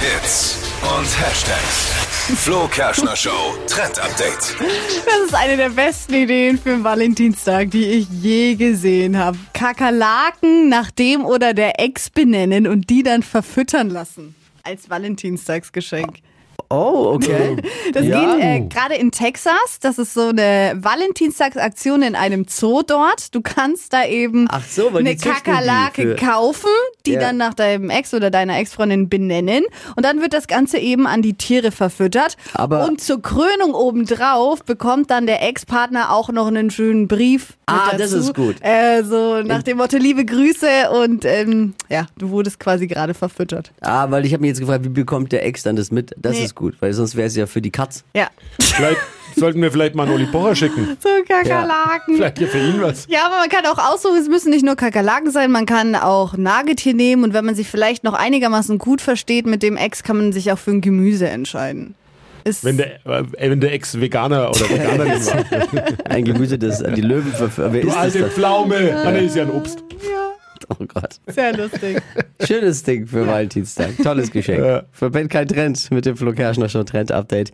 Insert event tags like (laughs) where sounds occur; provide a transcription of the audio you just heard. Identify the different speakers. Speaker 1: Hits und Hashtags. Flo Kerschner Show Trend Update.
Speaker 2: Das ist eine der besten Ideen für den Valentinstag, die ich je gesehen habe. Kakerlaken nach dem oder der Ex benennen und die dann verfüttern lassen. Als Valentinstagsgeschenk.
Speaker 3: Oh, okay. (laughs)
Speaker 2: Das
Speaker 3: Ja.
Speaker 2: geht äh, gerade in Texas. Das ist so eine Valentinstagsaktion in einem Zoo dort. Du kannst da eben
Speaker 3: Ach so, weil die
Speaker 2: eine
Speaker 3: züchten die
Speaker 2: Kakerlake
Speaker 3: für-
Speaker 2: kaufen, die
Speaker 3: Ja.
Speaker 2: dann nach deinem Ex oder deiner Ex-Freundin benennen. Und dann wird das Ganze eben an die Tiere verfüttert.
Speaker 3: Aber-
Speaker 2: Und zur Krönung obendrauf bekommt dann der Ex-Partner auch noch einen schönen Brief. mit
Speaker 3: Ah, das
Speaker 2: dazu.
Speaker 3: ist gut.
Speaker 2: Äh, so nach dem Motto, liebe Grüße und ähm, ja, du wurdest quasi gerade verfüttert.
Speaker 3: ah, weil ich habe mich jetzt gefragt, wie bekommt der Ex dann das mit? Das
Speaker 2: Nee.
Speaker 3: ist gut, weil sonst wäre es ja für die Katz.
Speaker 2: Ja,
Speaker 4: Vielleicht sollten wir vielleicht mal einen Oli Pocher schicken.
Speaker 2: so Kakerlaken.
Speaker 4: Vielleicht hier für ihn was.
Speaker 2: Ja, aber man kann auch aussuchen, es müssen nicht nur Kakerlaken sein, man kann auch Nagetier nehmen und wenn man sich vielleicht noch einigermaßen gut versteht mit dem Ex, kann man sich auch für ein Gemüse entscheiden. Ist
Speaker 4: Wenn der, äh, wenn der Ex-Veganer (laughs) oder Veganerin war.
Speaker 3: Ein Gemüse, das äh, die Löwen verfüttert. Wer
Speaker 4: Du
Speaker 3: ist das
Speaker 4: alte
Speaker 3: dann?
Speaker 4: Pflaume. Ah, nee, ist ja ein Obst.
Speaker 3: Oh Gott.
Speaker 2: sehr
Speaker 4: (laughs)
Speaker 2: lustig.
Speaker 3: Schönes Ding für Valentinstag. Tolles Geschenk.
Speaker 4: Ja.
Speaker 3: Verpennt kein Trend mit dem Flo Kerschner Show Trend Update.